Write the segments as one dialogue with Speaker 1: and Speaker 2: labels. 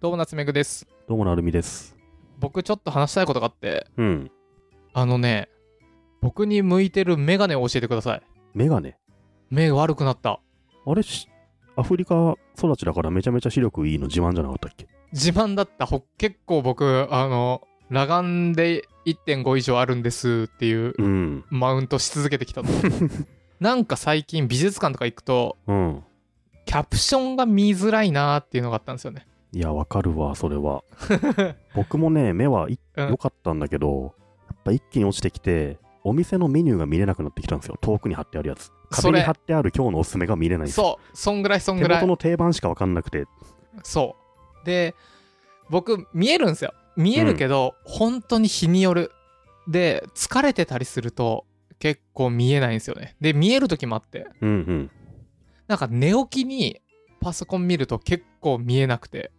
Speaker 1: どうも夏目ぐです
Speaker 2: どうもなるみです。
Speaker 1: 僕ちょっと話したいことがあって
Speaker 2: うん。
Speaker 1: あのね僕に向いてるメガネを教えてください
Speaker 2: メガネ。
Speaker 1: 目悪くなった
Speaker 2: あれし、アフリカ育ちだからめちゃめちゃ視力いいの自慢じゃなかったっけ
Speaker 1: 自慢だったほ結構僕あの裸眼で1.5以上あるんですっていう
Speaker 2: うん。
Speaker 1: マウントし続けてきたのなんか最近美術館とか行くと
Speaker 2: うん。
Speaker 1: キャプションが見づらいなーっていうのがあったんですよね
Speaker 2: いや、わかるわ、それ は。僕もね、目はい
Speaker 1: うん
Speaker 2: 良かったんだけど、やっぱ一気に落ちてきて、お店のメニューが見れなくなってきたんですよ。遠くに貼ってあるやつ。
Speaker 1: そ
Speaker 2: 壁に
Speaker 1: れ
Speaker 2: 貼ってある今日のおすすめが見れないんですよ
Speaker 1: そうそんぐらいそん
Speaker 2: 手
Speaker 1: ぐら
Speaker 2: 元
Speaker 1: い
Speaker 2: の定番しかわかんなくて。
Speaker 1: そうで僕見えるんですよ見えるけど、本当に日によるで疲れてたりすると結構見えないんですよねで見える時もあって
Speaker 2: うんうん。
Speaker 1: なんか寝起きにパソコン見ると結構見えなくて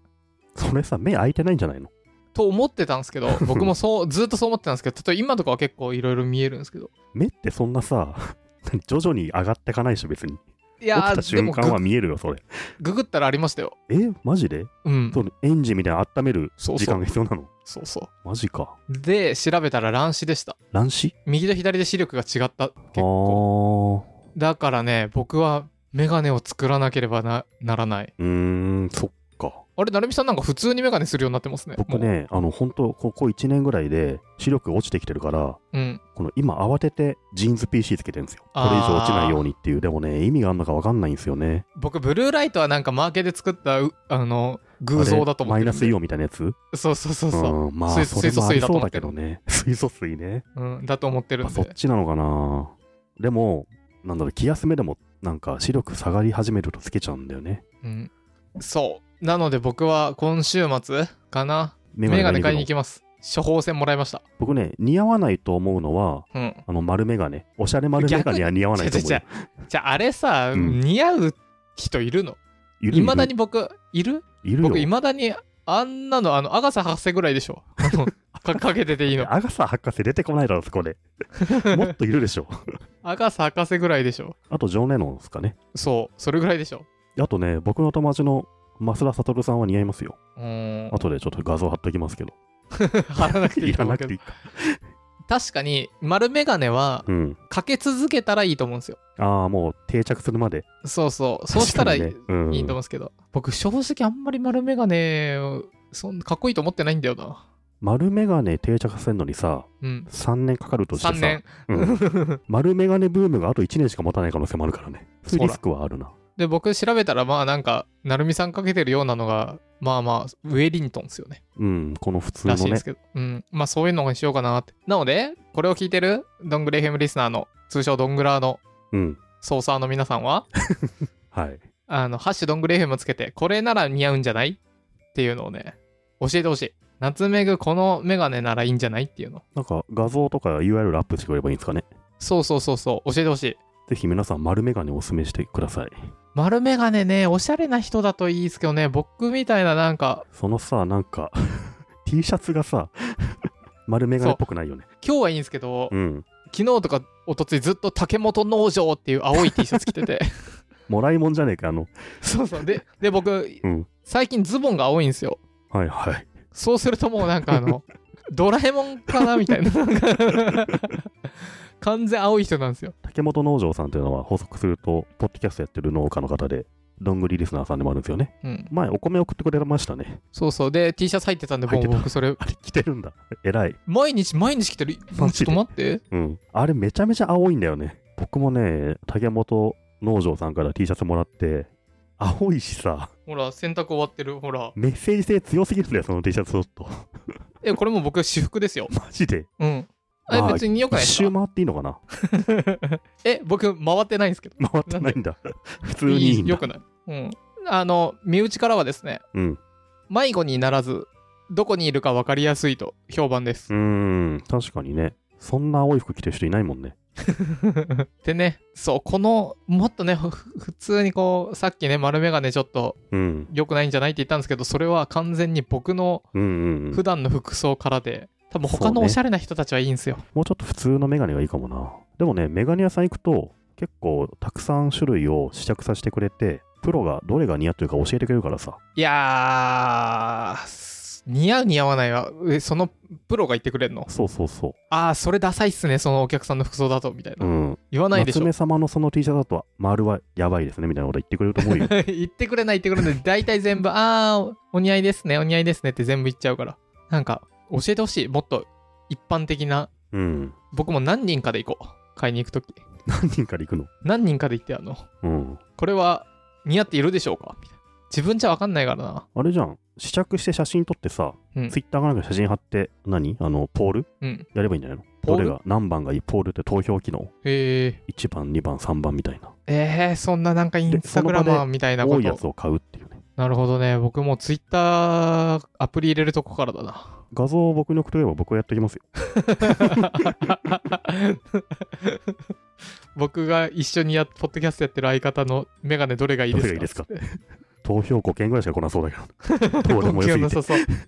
Speaker 2: それさ、目開いてないんじゃないの
Speaker 1: と思ってたんです けど僕もそうずっとそう思ってたんですけど例えば今とかは結構いろいろ見えるんですけど
Speaker 2: 目ってそんなさ、 何徐々に上がってかないでしょ、別に。
Speaker 1: い
Speaker 2: 起
Speaker 1: や
Speaker 2: き
Speaker 1: ー
Speaker 2: た瞬
Speaker 1: で
Speaker 2: 間は
Speaker 1: も
Speaker 2: 見えるよ、それ。
Speaker 1: グググったらありましたよ
Speaker 2: え、マジで
Speaker 1: うん
Speaker 2: そうエンジンみたいな温める
Speaker 1: そう
Speaker 2: 時
Speaker 1: そ
Speaker 2: 間が
Speaker 1: う
Speaker 2: 必要なの
Speaker 1: そうそ
Speaker 2: マジか
Speaker 1: うで調べたら乱視でした
Speaker 2: 乱視
Speaker 1: 右と左で視力が違った結
Speaker 2: あ
Speaker 1: 構
Speaker 2: ー
Speaker 1: だからね、僕はメガネを作らなければなならない。
Speaker 2: うーんそっか
Speaker 1: あれ、なるみさんなんか普通にメガネするようになってますね。
Speaker 2: 僕
Speaker 1: も
Speaker 2: ねあの本当ここ1年ぐらいで視力落ちてきてるから
Speaker 1: う。うん。
Speaker 2: この今慌ててジーンズ PC つけてるんですよこれ
Speaker 1: あー
Speaker 2: 以上落ちないようにっていうでもね意味があるのか分かんないんですよね
Speaker 1: 僕、ブルーライトはなんかマーケで作った、うあの、偶像だと思ってるんで
Speaker 2: あれマイナスイオンみたいなやつ
Speaker 1: そうそうそうそう。
Speaker 2: うんまあ
Speaker 1: 水
Speaker 2: それもありそうだけど
Speaker 1: 水素
Speaker 2: ね水素水ね
Speaker 1: うん、だと思ってる
Speaker 2: まあ
Speaker 1: ん
Speaker 2: そっ
Speaker 1: で。
Speaker 2: ちなのかなでもなんだろう気休めでもなんか視力下がり始めるとつけちゃうんだよね
Speaker 1: うん。そう。なので僕は今週末かな。
Speaker 2: メ
Speaker 1: メガネ
Speaker 2: 買
Speaker 1: 買い
Speaker 2: い
Speaker 1: に行
Speaker 2: に行くの
Speaker 1: きます。処方箋もらいました。
Speaker 2: 僕ね似合わないと思うのは
Speaker 1: うん。
Speaker 2: あの丸眼鏡、おしゃれ丸眼鏡は似合わないと思うよ。
Speaker 1: じゃあ、あれさ、
Speaker 2: うん
Speaker 1: 似合う人いるの
Speaker 2: いる
Speaker 1: い
Speaker 2: い
Speaker 1: ま
Speaker 2: る
Speaker 1: だに僕、いる
Speaker 2: いるよ。
Speaker 1: 僕いまだにあんなのあのアガサ博士ぐらいでしょあ のかかけてていいの
Speaker 2: アガサ博士出てこないだろそこで。 もっといるでしょ。
Speaker 1: アガサ博士ぐらいでしょ
Speaker 2: あとジョンレノンですかね。
Speaker 1: そうそれぐらいでしょ
Speaker 2: あとね僕の友達の増田悟さんは似合いますよ。
Speaker 1: うーん
Speaker 2: あとでちょっと画像貼っときますけど。
Speaker 1: 貼らなくてい
Speaker 2: い
Speaker 1: いと
Speaker 2: ら
Speaker 1: 思う
Speaker 2: な
Speaker 1: け ど
Speaker 2: くていいか。
Speaker 1: 確かに丸眼鏡は
Speaker 2: うん。
Speaker 1: かけ続けたらいいと思うんですよ
Speaker 2: ああもう定着するまで。
Speaker 1: そうそうそうしたらいい,、
Speaker 2: 確かにねうん
Speaker 1: と思うんですけど僕正直あんまり丸眼鏡をそんかっこいいと思ってないんだよな
Speaker 2: 丸眼鏡定着させるのにさ
Speaker 1: うん
Speaker 2: 3年かかるとして
Speaker 1: 3
Speaker 2: さ、
Speaker 1: 年
Speaker 2: うん、 丸眼鏡ブームがあと1年しか持たない可能性もあるからね。そういうリスクはあるな。
Speaker 1: で僕調べたらまあなんか成美さんかけてるようなのがまあまあウェリントンですよね
Speaker 2: うん、この普通の
Speaker 1: らしいんで
Speaker 2: ね
Speaker 1: す。けど、うん、まあそういうのにしようかなって。なので、これを聞いてるドングレ FM リスナーの、通称ドングラーの
Speaker 2: うん。
Speaker 1: ソーサーの皆さんは、
Speaker 2: はい。
Speaker 1: あの、ハッシュドングレ FM をつけて、これなら似合うんじゃないっていうのをね、教えてほしい。夏目ぐこのメガネならいいんじゃないっていうの。
Speaker 2: なんか画像とか URL アップしてくれればいいんですかね。
Speaker 1: そうそうそうそう、教えてほしい。
Speaker 2: ぜひ皆さん丸眼鏡をおすすめしてください。
Speaker 1: 丸メガネね、おしゃれな人だといいですけどね、僕みたいななんか、
Speaker 2: そのさ、なんか T シャツがさ、 丸眼鏡っぽくないよね。
Speaker 1: 今日はいいんですけど、
Speaker 2: うん。
Speaker 1: 昨日とか一昨日ずっと竹本農場っていう青い T シャツ着て て、
Speaker 2: もらいもんじゃねえか、あの。
Speaker 1: そうそう、で、で僕、
Speaker 2: うん
Speaker 1: 最近ズボンが青いんですよ。
Speaker 2: はいはい。
Speaker 1: そうするともうなんかあ の、ドラえもんかなみたいな。 なんか完全青い人なんですよ。
Speaker 2: 竹本農場さんというのは補足すると、ポッドキャストやってる農家の方で、どんぐりリスナーさんでもあるんですよね。
Speaker 1: うん。
Speaker 2: 前、お米送ってくれましたね。
Speaker 1: そうそう。で、T シャツ入ってたんで、も
Speaker 2: 入っ
Speaker 1: う
Speaker 2: てた
Speaker 1: 僕それ、
Speaker 2: あれ、着てるんだ。偉い。
Speaker 1: 毎日毎日着てる。ちょ
Speaker 2: マ
Speaker 1: っ
Speaker 2: ジで
Speaker 1: と待って。
Speaker 2: うん。あれ、めちゃめちゃ青いんだよね。僕もね、竹本農場さんから T シャツもらって、青いしさ、
Speaker 1: ほら、洗濯終わってる。ほら。
Speaker 2: メッセージ性強すぎるんだよ、その T シャツちょっと。
Speaker 1: え、これも僕、私服ですよ。
Speaker 2: マジで。
Speaker 1: うん。え、
Speaker 2: まあ
Speaker 1: 別に良く
Speaker 2: 一
Speaker 1: ないです
Speaker 2: 周
Speaker 1: か
Speaker 2: 回っていいのかな
Speaker 1: え、僕、回ってないんですけど。
Speaker 2: 回ってないんだ。普通にいい
Speaker 1: い
Speaker 2: ん
Speaker 1: い
Speaker 2: だ。
Speaker 1: 良くない。うん。あの、身内からはですね、
Speaker 2: うん。
Speaker 1: 迷子にならず、どこにいるか分かりやすいと評判です
Speaker 2: う。ーん、確かにね。そんな青い服着てる人いないもんね。
Speaker 1: でねそうこのもっとねふ普通にこうさっきね丸眼鏡ちょっと
Speaker 2: うん。
Speaker 1: 良くないんじゃないって言ったんですけどそれは完全に僕の
Speaker 2: うんうん、うん
Speaker 1: 普。段の服装からで多分他
Speaker 2: そ
Speaker 1: の
Speaker 2: うね
Speaker 1: おしゃれな人たちはいいんですよ、
Speaker 2: もうちょっと普通のメガネがいいかもな。でもね、メガネ屋さん行くと、結構たくさん種類を試着させてくれて、プロがどれが似合ってるか教えてくれるからさ。
Speaker 1: いやー似合う似合わないはえそのプロが言ってくれんの
Speaker 2: そうそうそ。
Speaker 1: ああそれダサいっすねそのお客さんの服装だとみたいうな、
Speaker 2: うん。
Speaker 1: 言わないでし
Speaker 2: 夏
Speaker 1: ょ。
Speaker 2: 目様のその T シャツだとは、丸はやばいですね、みたいなこと言ってくれると思うよ
Speaker 1: 言ってくれない言ってくれない大体全部「あーお似合いですねお似合いですね」って全部言っちゃうからなんか教えてほしいもっと一般的な
Speaker 2: うん。
Speaker 1: 僕も何人かで行こう買いに行く時
Speaker 2: 何人から行くの
Speaker 1: 何人かで行ってあの
Speaker 2: うん。
Speaker 1: これは似合っているでしょうかみたいな自分じゃ分かんないからな
Speaker 2: あれじゃん。試着して写真撮ってさ、
Speaker 1: うん
Speaker 2: ツイッターかなんか写真貼って、何あの、ポール
Speaker 1: うん
Speaker 2: やればいいんじゃないの
Speaker 1: ポー
Speaker 2: ど
Speaker 1: ル
Speaker 2: れが何番がいいポールって投票機能。
Speaker 1: へえ
Speaker 2: 1番、2番、3番みたいな。
Speaker 1: えー、そんななんかインスタグラマーみたいなこ
Speaker 2: 多いや
Speaker 1: と
Speaker 2: つを買うっていうね。
Speaker 1: なるほどね僕もうツイッターアプリ入れるとこからだな
Speaker 2: 画像を僕に送っておけば僕はやっておきますよ。
Speaker 1: 僕が一緒にやポッドキャストやってる相方のメガネどれがいいですか
Speaker 2: どれがいいですか投票5件ぐらいしか来なそうだけ ど。どうでも
Speaker 1: 根気が
Speaker 2: よすぎ
Speaker 1: な
Speaker 2: て
Speaker 1: さ。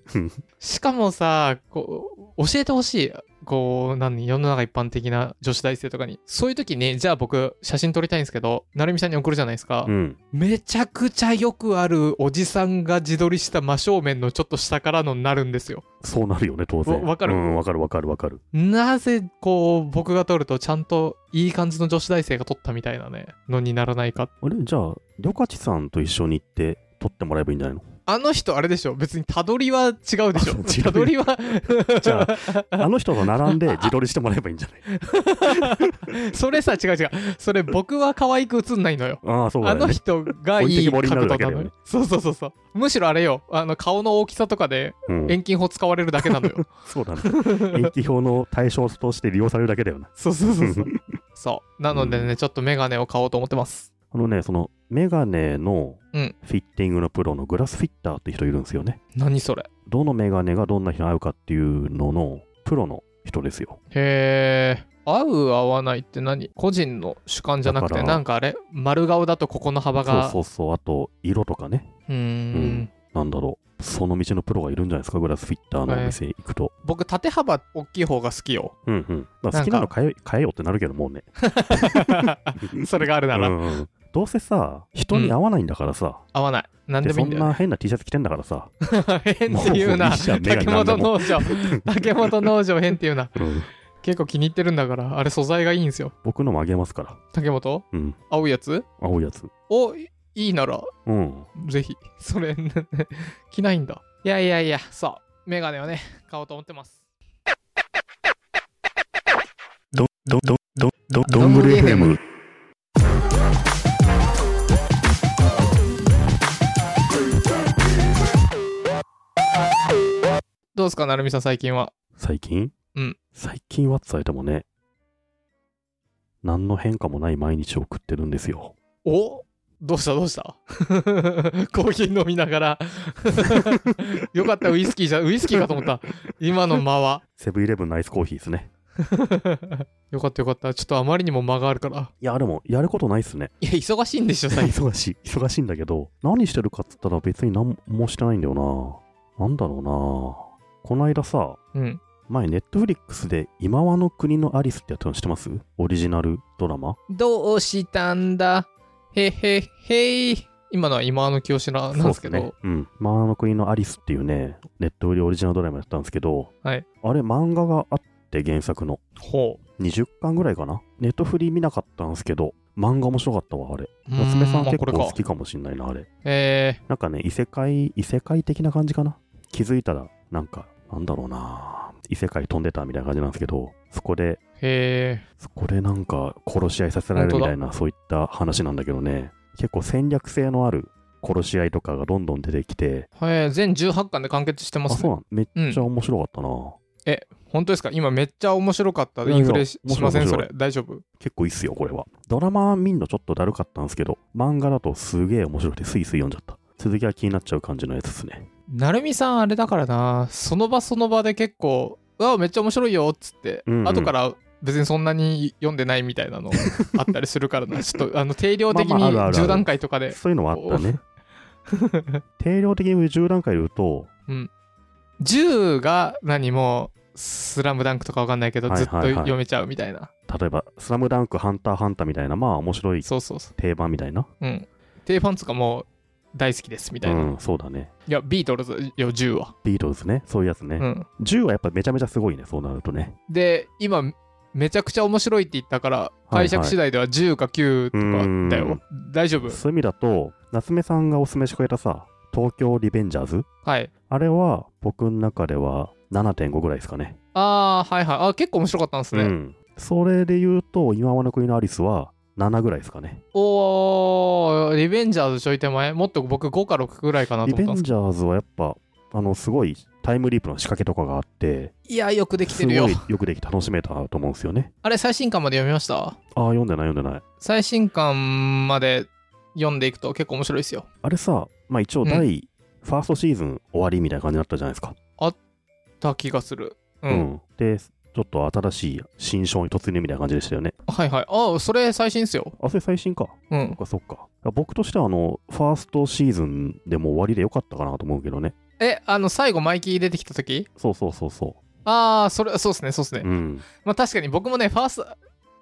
Speaker 1: そう
Speaker 2: うん
Speaker 1: しかもさこう教えてほしいこう何世の中一般的な女子大生とかにそういう時にじゃあ僕写真撮りたいんですけど成美さんに送るじゃないですか、
Speaker 2: うん。
Speaker 1: めちゃくちゃよくあるおじさんが自撮りした真正面のちょっと下からのになるんですよ
Speaker 2: そうなるよね、当然。
Speaker 1: わわかる
Speaker 2: うん、わかるわかるわかる。
Speaker 1: なぜこう僕が撮るとちゃんといい感じの女子大生が撮ったみたいなねのにならないか
Speaker 2: あれじゃあ、りょかちさんと一緒に行って撮ってもらえばいいんじゃないの
Speaker 1: あの人あれでしょ別にたどりは違うでし
Speaker 2: 違
Speaker 1: ょ
Speaker 2: う
Speaker 1: たどりは
Speaker 2: じゃあ、あの人と並んで自撮りしてもらえばいいんじゃない
Speaker 1: それさ違う違うそれ僕は可愛く映んないのよ
Speaker 2: ああ、そうだ
Speaker 1: あ
Speaker 2: よね。
Speaker 1: の人がいい角度
Speaker 2: 置いてきぼりになるだけ
Speaker 1: な
Speaker 2: だ
Speaker 1: の
Speaker 2: よ
Speaker 1: よ
Speaker 2: ね。
Speaker 1: そうそうそうそう。むしろあれよ、あの顔の大きさとかで
Speaker 2: うん
Speaker 1: 遠近法使われるだけなの よ。
Speaker 2: そうだね。延期表の対象として利用されるだけだよな。
Speaker 1: そうそうそうそう。そう。なので
Speaker 2: う
Speaker 1: ね、ちょっとメガネを買おうと思ってます。
Speaker 2: あのね、その、メガネの
Speaker 1: う
Speaker 2: フ
Speaker 1: ん
Speaker 2: ィッティングのプロのグラスフィッターって人いるんですよね。
Speaker 1: 何それ
Speaker 2: どのメガネがどんな人に合うかっていうののプロの人ですよ。
Speaker 1: へー。合う合わないって何個人の主観じゃなく
Speaker 2: だ
Speaker 1: て、
Speaker 2: から
Speaker 1: なんかあれ丸顔だとここの幅が。
Speaker 2: そうそうそう。あと、色とかね。
Speaker 1: うーん。
Speaker 2: なんだろう。その道のプロがいるんじゃないですか、グラスフィッターのお店行くと。
Speaker 1: 僕、縦幅大きい方が好きよ。
Speaker 2: うんうん。だから好きなの変え変えようってなるけど、もうね。
Speaker 1: それがあるなら、
Speaker 2: うんうんどうせさ、人に合わないんだからさ。
Speaker 1: 合わない。何
Speaker 2: で
Speaker 1: でもいいん
Speaker 2: そん
Speaker 1: だよね。
Speaker 2: な変な T シャツ着てんだからさ。
Speaker 1: 変って言う
Speaker 2: も
Speaker 1: な。
Speaker 2: ういいじゃんメガネ
Speaker 1: 竹本
Speaker 2: 何でも
Speaker 1: 農場。竹本農場変って言うな。
Speaker 2: うん
Speaker 1: 結構気に入ってるんだからあれ素材がいいんですよ
Speaker 2: 僕のもあげますから。
Speaker 1: 竹本
Speaker 2: うん。
Speaker 1: 青いやつ
Speaker 2: 青いやつ。
Speaker 1: おいいいなら
Speaker 2: うん。
Speaker 1: ぜひそれ 着ないんだいやいやいやそうメガネをね買おうと思ってます
Speaker 2: ど、ど、ど、ど、ど、
Speaker 1: どんぐり FM。どうですかなるみさん最近は
Speaker 2: 最近
Speaker 1: うん。
Speaker 2: 最近はって言われてもね、何の変化もない毎日を送ってるんですよ。
Speaker 1: おどうしたどうした コーヒー飲みながら よかったウイスキーじゃウイスキーかと思った今の間は
Speaker 2: セブンイレブンのアイスコーヒーですね。
Speaker 1: よかったよかったちょっとあまりにも間があるから
Speaker 2: いや、でも、やることないっすね。
Speaker 1: いや忙しいんでしょ最近
Speaker 2: 忙しい。 忙しいんだけど、何してるかっつったら別に何もしてないんだよな。なんだろうな。この間さ、
Speaker 1: うん
Speaker 2: 前、ネットフリックスで、今和の国のアリスってやったの知ってますオリジナルドラマ
Speaker 1: どうしたんだへへへい。今のは今の清志郎なんですけど。
Speaker 2: そうっすねうん。今和の国のアリスっていうね、ネットフリオリジナルドラマやったんですけど、
Speaker 1: はい
Speaker 2: あれ、漫画があって、原作の。
Speaker 1: ほ
Speaker 2: 20巻ぐらいかなネットフリ見なかったんですけど漫画面白かったわあれ
Speaker 1: う。
Speaker 2: 夏目さん
Speaker 1: うーまあ
Speaker 2: 結
Speaker 1: こ
Speaker 2: 構
Speaker 1: れ
Speaker 2: 好
Speaker 1: か。
Speaker 2: きかもしんないなあれ
Speaker 1: え
Speaker 2: なんかね異世界異世界的な感じかな気づいたらなんかなんだろうな異世界飛んでたみたいな感じなんですけどそこで
Speaker 1: ー、へ
Speaker 2: そこでなんか殺し合いさせられる
Speaker 1: 本当
Speaker 2: みた
Speaker 1: だ
Speaker 2: いなそういった話なんだけどね結構戦略性のある殺し合いとかがどんどん出てきて
Speaker 1: ー。へー全18巻で完結して
Speaker 2: あ
Speaker 1: ます
Speaker 2: そう
Speaker 1: ね。
Speaker 2: なんめっちゃ面白かったな、
Speaker 1: 本当ですか今めっちゃ面白かった。
Speaker 2: いやい
Speaker 1: イ
Speaker 2: や
Speaker 1: ンフレし
Speaker 2: 面白い
Speaker 1: しません
Speaker 2: 面
Speaker 1: そ
Speaker 2: 白い
Speaker 1: れ。大丈夫
Speaker 2: 結構いいっすよこれはドラマ見んのちょっとだるかったんですけど漫画だとすげえ面白くてスイスイ読んじゃった続きは気になっちゃう感じのやつですね
Speaker 1: なるみさんあれだからな。その場その場で結構、うわ、めっちゃ面白いよっつって、
Speaker 2: うんうん
Speaker 1: 後から別にそんなに読んでないみたいなのあったりするから な。ちょっとあの定量的に
Speaker 2: まあまああるあるある
Speaker 1: 10段階とかで。
Speaker 2: そういうのはあったね 定量的に10段階で言うと
Speaker 1: 10が何もうスラムダンクとかわかんないけど
Speaker 2: はい
Speaker 1: ずっ
Speaker 2: はい
Speaker 1: と
Speaker 2: はい
Speaker 1: 読めちゃうみたいな、
Speaker 2: 例えば「スラムダンクハンターハンター」みたいなまあ面白い
Speaker 1: そうそうそ
Speaker 2: 定番みたいな
Speaker 1: ううん定番つうかもう大好きですみた
Speaker 2: う
Speaker 1: いな、い
Speaker 2: ん、そうだね。
Speaker 1: やビートルズよ10は、
Speaker 2: ビートルズね、そういうやつ
Speaker 1: う
Speaker 2: ね。
Speaker 1: ん、
Speaker 2: 銃はやっぱめちゃめちゃすごいね、そうなるとね。
Speaker 1: で今めちゃくちゃ面白いって言ったから
Speaker 2: はい
Speaker 1: 解釈次第では10か9とかだよ、大丈夫
Speaker 2: そういう意味だと、夏目さんがおすすめしてくれたさ、東京リベンジャーズ
Speaker 1: はい
Speaker 2: あれは僕の中では7.5ぐらいですかね。
Speaker 1: ああはいはいあ結構面白かったんですね、
Speaker 2: うん。それで言うと、今和の国のアリスは7ぐらいですかね。
Speaker 1: おーリベンジャーズちょい手前もっと僕5か6ぐらいかなと
Speaker 2: リ
Speaker 1: 思っ
Speaker 2: ベ
Speaker 1: たんです
Speaker 2: ン
Speaker 1: け
Speaker 2: ジャーズはやっぱ、あの、すごいタイムリープの仕掛けとかがあって、
Speaker 1: どいやよくできて
Speaker 2: す
Speaker 1: るよ
Speaker 2: ごいよくできて楽しめたと思うんですよね。
Speaker 1: あれ最新刊まで読みました
Speaker 2: ああ、読んでない読んでない。
Speaker 1: 最新刊まで読んでいくと結構面白いですよ
Speaker 2: あれさ、まあ一応
Speaker 1: うん
Speaker 2: 第、ファーストシーズン終わりみたいな感じだったじゃないですか。
Speaker 1: た気がするうん、
Speaker 2: うん。で、ちょっと新しい新章に突入みたいな感じでしたよね。
Speaker 1: はいはいああそれ最新ですよ
Speaker 2: あ、それ最新か。
Speaker 1: う
Speaker 2: そっ
Speaker 1: ん
Speaker 2: かそっか。僕としては、あの、ファーストシーズンでもう終わりでよかったかなと思うけどね。
Speaker 1: えあの最後マイキー出てきた時
Speaker 2: そうそうそうそ
Speaker 1: ああそれそうですねそうですね、
Speaker 2: う。うん。
Speaker 1: まあ確かに僕もねファースト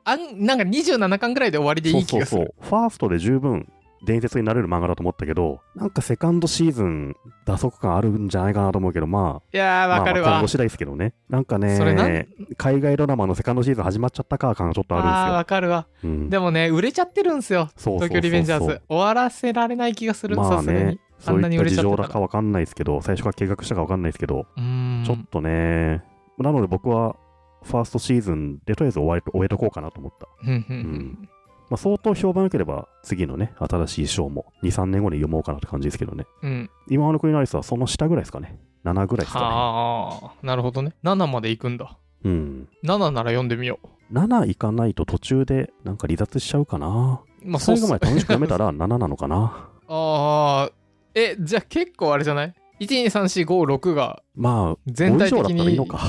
Speaker 1: あんなんか27巻ぐらいで終わりでいい気
Speaker 2: そう
Speaker 1: がす
Speaker 2: そうそう
Speaker 1: る。
Speaker 2: ファーストで十分伝説になれる漫画だと思ったけど、なんかセカンドシーズン、打足感あるんじゃないかなと思うけど、ま
Speaker 1: いやー
Speaker 2: あ、まあ
Speaker 1: わかる
Speaker 2: まあ
Speaker 1: わ、
Speaker 2: 今後次第ですけどね。なんか
Speaker 1: それな
Speaker 2: ね
Speaker 1: ん、
Speaker 2: 海外ドラマのセカンドシーズン始まっちゃったか感がちょっと
Speaker 1: あー
Speaker 2: あ
Speaker 1: わかるわ
Speaker 2: るんですよ。うん
Speaker 1: でもね売れちゃってるんですよ
Speaker 2: そうそうそうそ
Speaker 1: 東京
Speaker 2: う
Speaker 1: リベンジャーズ終わらせられない気がする
Speaker 2: まあ
Speaker 1: さすが
Speaker 2: ね
Speaker 1: に、
Speaker 2: そ
Speaker 1: あん
Speaker 2: う
Speaker 1: ないに
Speaker 2: った
Speaker 1: 売れ
Speaker 2: 事
Speaker 1: ちゃってたら
Speaker 2: 情だかわかんないですけど、最初から計画したかわかんないですけど、
Speaker 1: うーん
Speaker 2: ちょっとね、なので僕は、ファーストシーズンでとりあえず終わり終えとこうかなと思った。
Speaker 1: うんうん
Speaker 2: んまあ、相当評判良ければ、次のね、新しい章も2、3年後に読もうかなって感じですけどね。
Speaker 1: うんうん
Speaker 2: 今の国のアリスはその下ぐらいですかね。7ぐらいですか
Speaker 1: はあなるほどね7まで行くんだ
Speaker 2: ね。うん。
Speaker 1: 7なら読んでみよ
Speaker 2: 7いかないと途中でなんか離脱しちゃうかな。
Speaker 1: うまあそ
Speaker 2: そうれ
Speaker 1: っす
Speaker 2: ぐらい楽しく読めたら7なの かな。
Speaker 1: ああえじゃあ結構あれじゃない ?12345 が
Speaker 2: まあ、
Speaker 1: 全体
Speaker 2: 5以
Speaker 1: 的
Speaker 2: 上だっ
Speaker 1: に
Speaker 2: たらいいのか。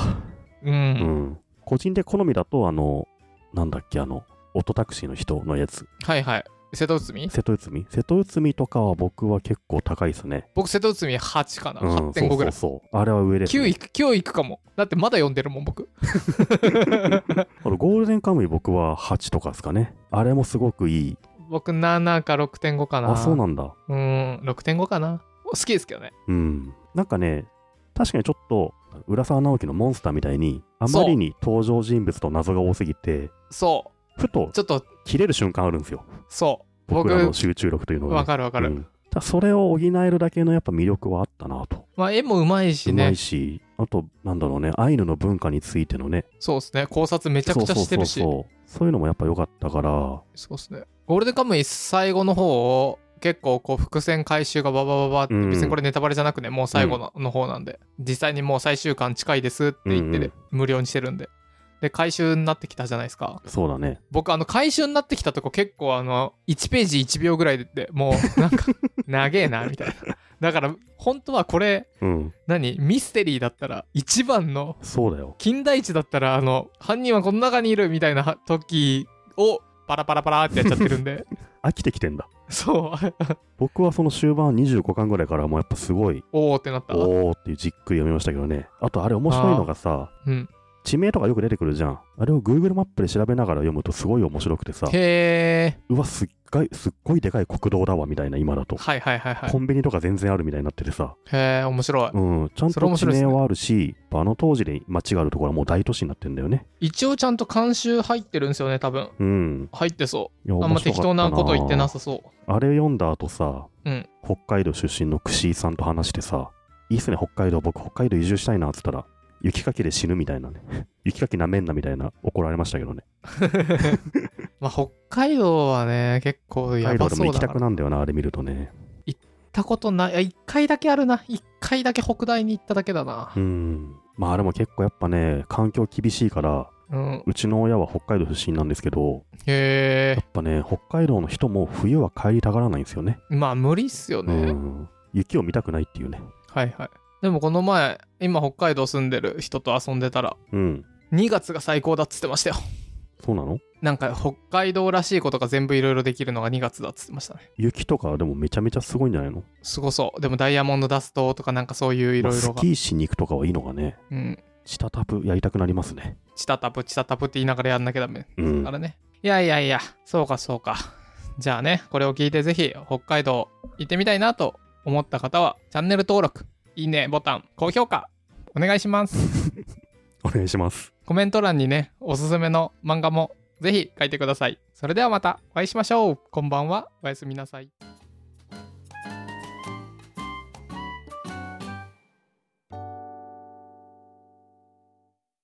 Speaker 1: う、
Speaker 2: うんん。個人で好みだと、あの、なんだっけ、あの、オトタクシーの人のやつ。
Speaker 1: はいはい瀬戸内海
Speaker 2: 瀬戸内海瀬戸内海とかは僕は結構高いですね。
Speaker 1: 僕瀬戸内海8かな、
Speaker 2: うん、
Speaker 1: 8.5ぐらい
Speaker 2: そうそうそうあれは上です、
Speaker 1: 9
Speaker 2: ね。
Speaker 1: いく9いくかもだってまだ読んでるもん僕
Speaker 2: あのゴールデンカムイ僕は8とかですかね。あれもすごくいい。
Speaker 1: 僕7か6.5かな
Speaker 2: あ、そうなんだ。
Speaker 1: うん6.5かな好きですけどね
Speaker 2: うん。なんかね、確かにちょっと浦沢直樹のモンスターみたいに、あまりに登場人物と謎が多すぎて、
Speaker 1: そ
Speaker 2: ふと
Speaker 1: うちょっと
Speaker 2: 切れる瞬間あるんですよ。
Speaker 1: そう
Speaker 2: 僕
Speaker 1: 僕
Speaker 2: らの集中力というのが、
Speaker 1: わかるわかる、
Speaker 2: うんただそれを補えるだけのやっぱ魅力はあったなと。
Speaker 1: まあ絵もうまいし
Speaker 2: うま
Speaker 1: ね
Speaker 2: いし、あと、なんだろうね、アイヌの文化についてのね、
Speaker 1: そうですね考察めちゃくちゃしてるし
Speaker 2: そうそうそうそうそういうのもやっぱ良かったから、
Speaker 1: そうですねゴールデンカムイ最後の方を結構こう伏線回収がババババって、
Speaker 2: うん
Speaker 1: 別にこれネタバレじゃなくねもう最後の,、の方なんで実際にもう最終巻近いですって言って、
Speaker 2: うんう
Speaker 1: ね
Speaker 2: ん
Speaker 1: 無料にしてるんでで回収になってきたじゃないですか
Speaker 2: そうだね。
Speaker 1: 僕あの回収になってきたとこ結構あの1ページ1秒ぐらいでもう なんか長えなみたいなだから本当はこれ
Speaker 2: うん、
Speaker 1: 何ミステリーだったら一番の
Speaker 2: そうだよ。
Speaker 1: 金田一だったらあの犯人はこの中にいるみたいなは時をパラパラパラってやっちゃってるんで
Speaker 2: 飽きてきてんだ。
Speaker 1: そう
Speaker 2: 僕はその終盤25巻ぐらいからもうやっぱすごい、
Speaker 1: おおってなったわ
Speaker 2: おーっていうじっくり読みましたけどね。あとあれ面白いのがさ、
Speaker 1: うん
Speaker 2: 地名とかよく出てくるじゃん。あれを Google マップで調べながら読むとすごい面白くてさ、
Speaker 1: へえ
Speaker 2: うわ、すっごい、すっごいでかい国道だわみたいな今だと。
Speaker 1: はいはいはいはい
Speaker 2: コンビニとか全然あるみたいになっててさ、
Speaker 1: へえ面白い
Speaker 2: うん、ちゃん
Speaker 1: それ
Speaker 2: と
Speaker 1: 面
Speaker 2: 地
Speaker 1: 白いっす
Speaker 2: 名
Speaker 1: ね
Speaker 2: はあるし、あの当時で街があるところはもう大都市になってんだよね。
Speaker 1: 一応ちゃんと監修入ってるんですよね多分
Speaker 2: うん。
Speaker 1: 入ってそ
Speaker 2: いや
Speaker 1: うあんま適当なこと言ってな
Speaker 2: さ
Speaker 1: さそう
Speaker 2: あれ読んだ後さ、
Speaker 1: うん
Speaker 2: 北海道出身の串井さんと話してさ、いいっすね、北海道、僕、北海道移住したいなっつったら、雪かきで死ぬみたいなね、 雪かきなめんなみたいな、怒られましたけどね、
Speaker 1: まあ、北海道はね、結構
Speaker 2: 北
Speaker 1: や
Speaker 2: 海道
Speaker 1: ば
Speaker 2: で
Speaker 1: そ
Speaker 2: も
Speaker 1: う
Speaker 2: 行き
Speaker 1: だから。行
Speaker 2: たく
Speaker 1: っ
Speaker 2: なんだよな、あれ見るとね。
Speaker 1: たことない。あ一回だけあるな。一回だけ北大に行っただけだな
Speaker 2: う。ん、まあ、あれも結構やっぱね、環境厳しいから、
Speaker 1: うん。
Speaker 2: うちの親は北海道出身なんですけど、
Speaker 1: へ
Speaker 2: やっぱね、北海道の人も冬は帰りたがらないんですよね。
Speaker 1: え。まあ、無理っすよ
Speaker 2: う
Speaker 1: ね。
Speaker 2: ん、雪を見たくないっていうね。
Speaker 1: はいはい。でもこの前、今北海道住んでる人と遊んでたら、
Speaker 2: うん、
Speaker 1: 2月が最高だっつってましたよ。
Speaker 2: そうなの
Speaker 1: なんか北海道らしいことが全部いろいろできるのが2月だっつってましたね。
Speaker 2: 雪とかでもめちゃめちゃすごいんじゃないの
Speaker 1: すごそう。でもダイヤモンドダストとかなんかそういういろいろ
Speaker 2: まあス
Speaker 1: が。
Speaker 2: キーしに行くとかはいいのがね、
Speaker 1: うん。
Speaker 2: したたぶやりたくなりますね。
Speaker 1: チタタプチタタプって言いながらやんなきゃダメ。
Speaker 2: うん
Speaker 1: あ、れね。いやいやいや、そうかそうか。じゃあね、これを聞いてぜひ北海道行ってみたいなと思った方は、チャンネル登録、いいねボタン、高評価、お願いします。
Speaker 2: お願いします。
Speaker 1: コメント欄にね、おすすめの漫画もぜひ書いてください。それではまたお会いしましょう。こんばんは。おやすみなさい。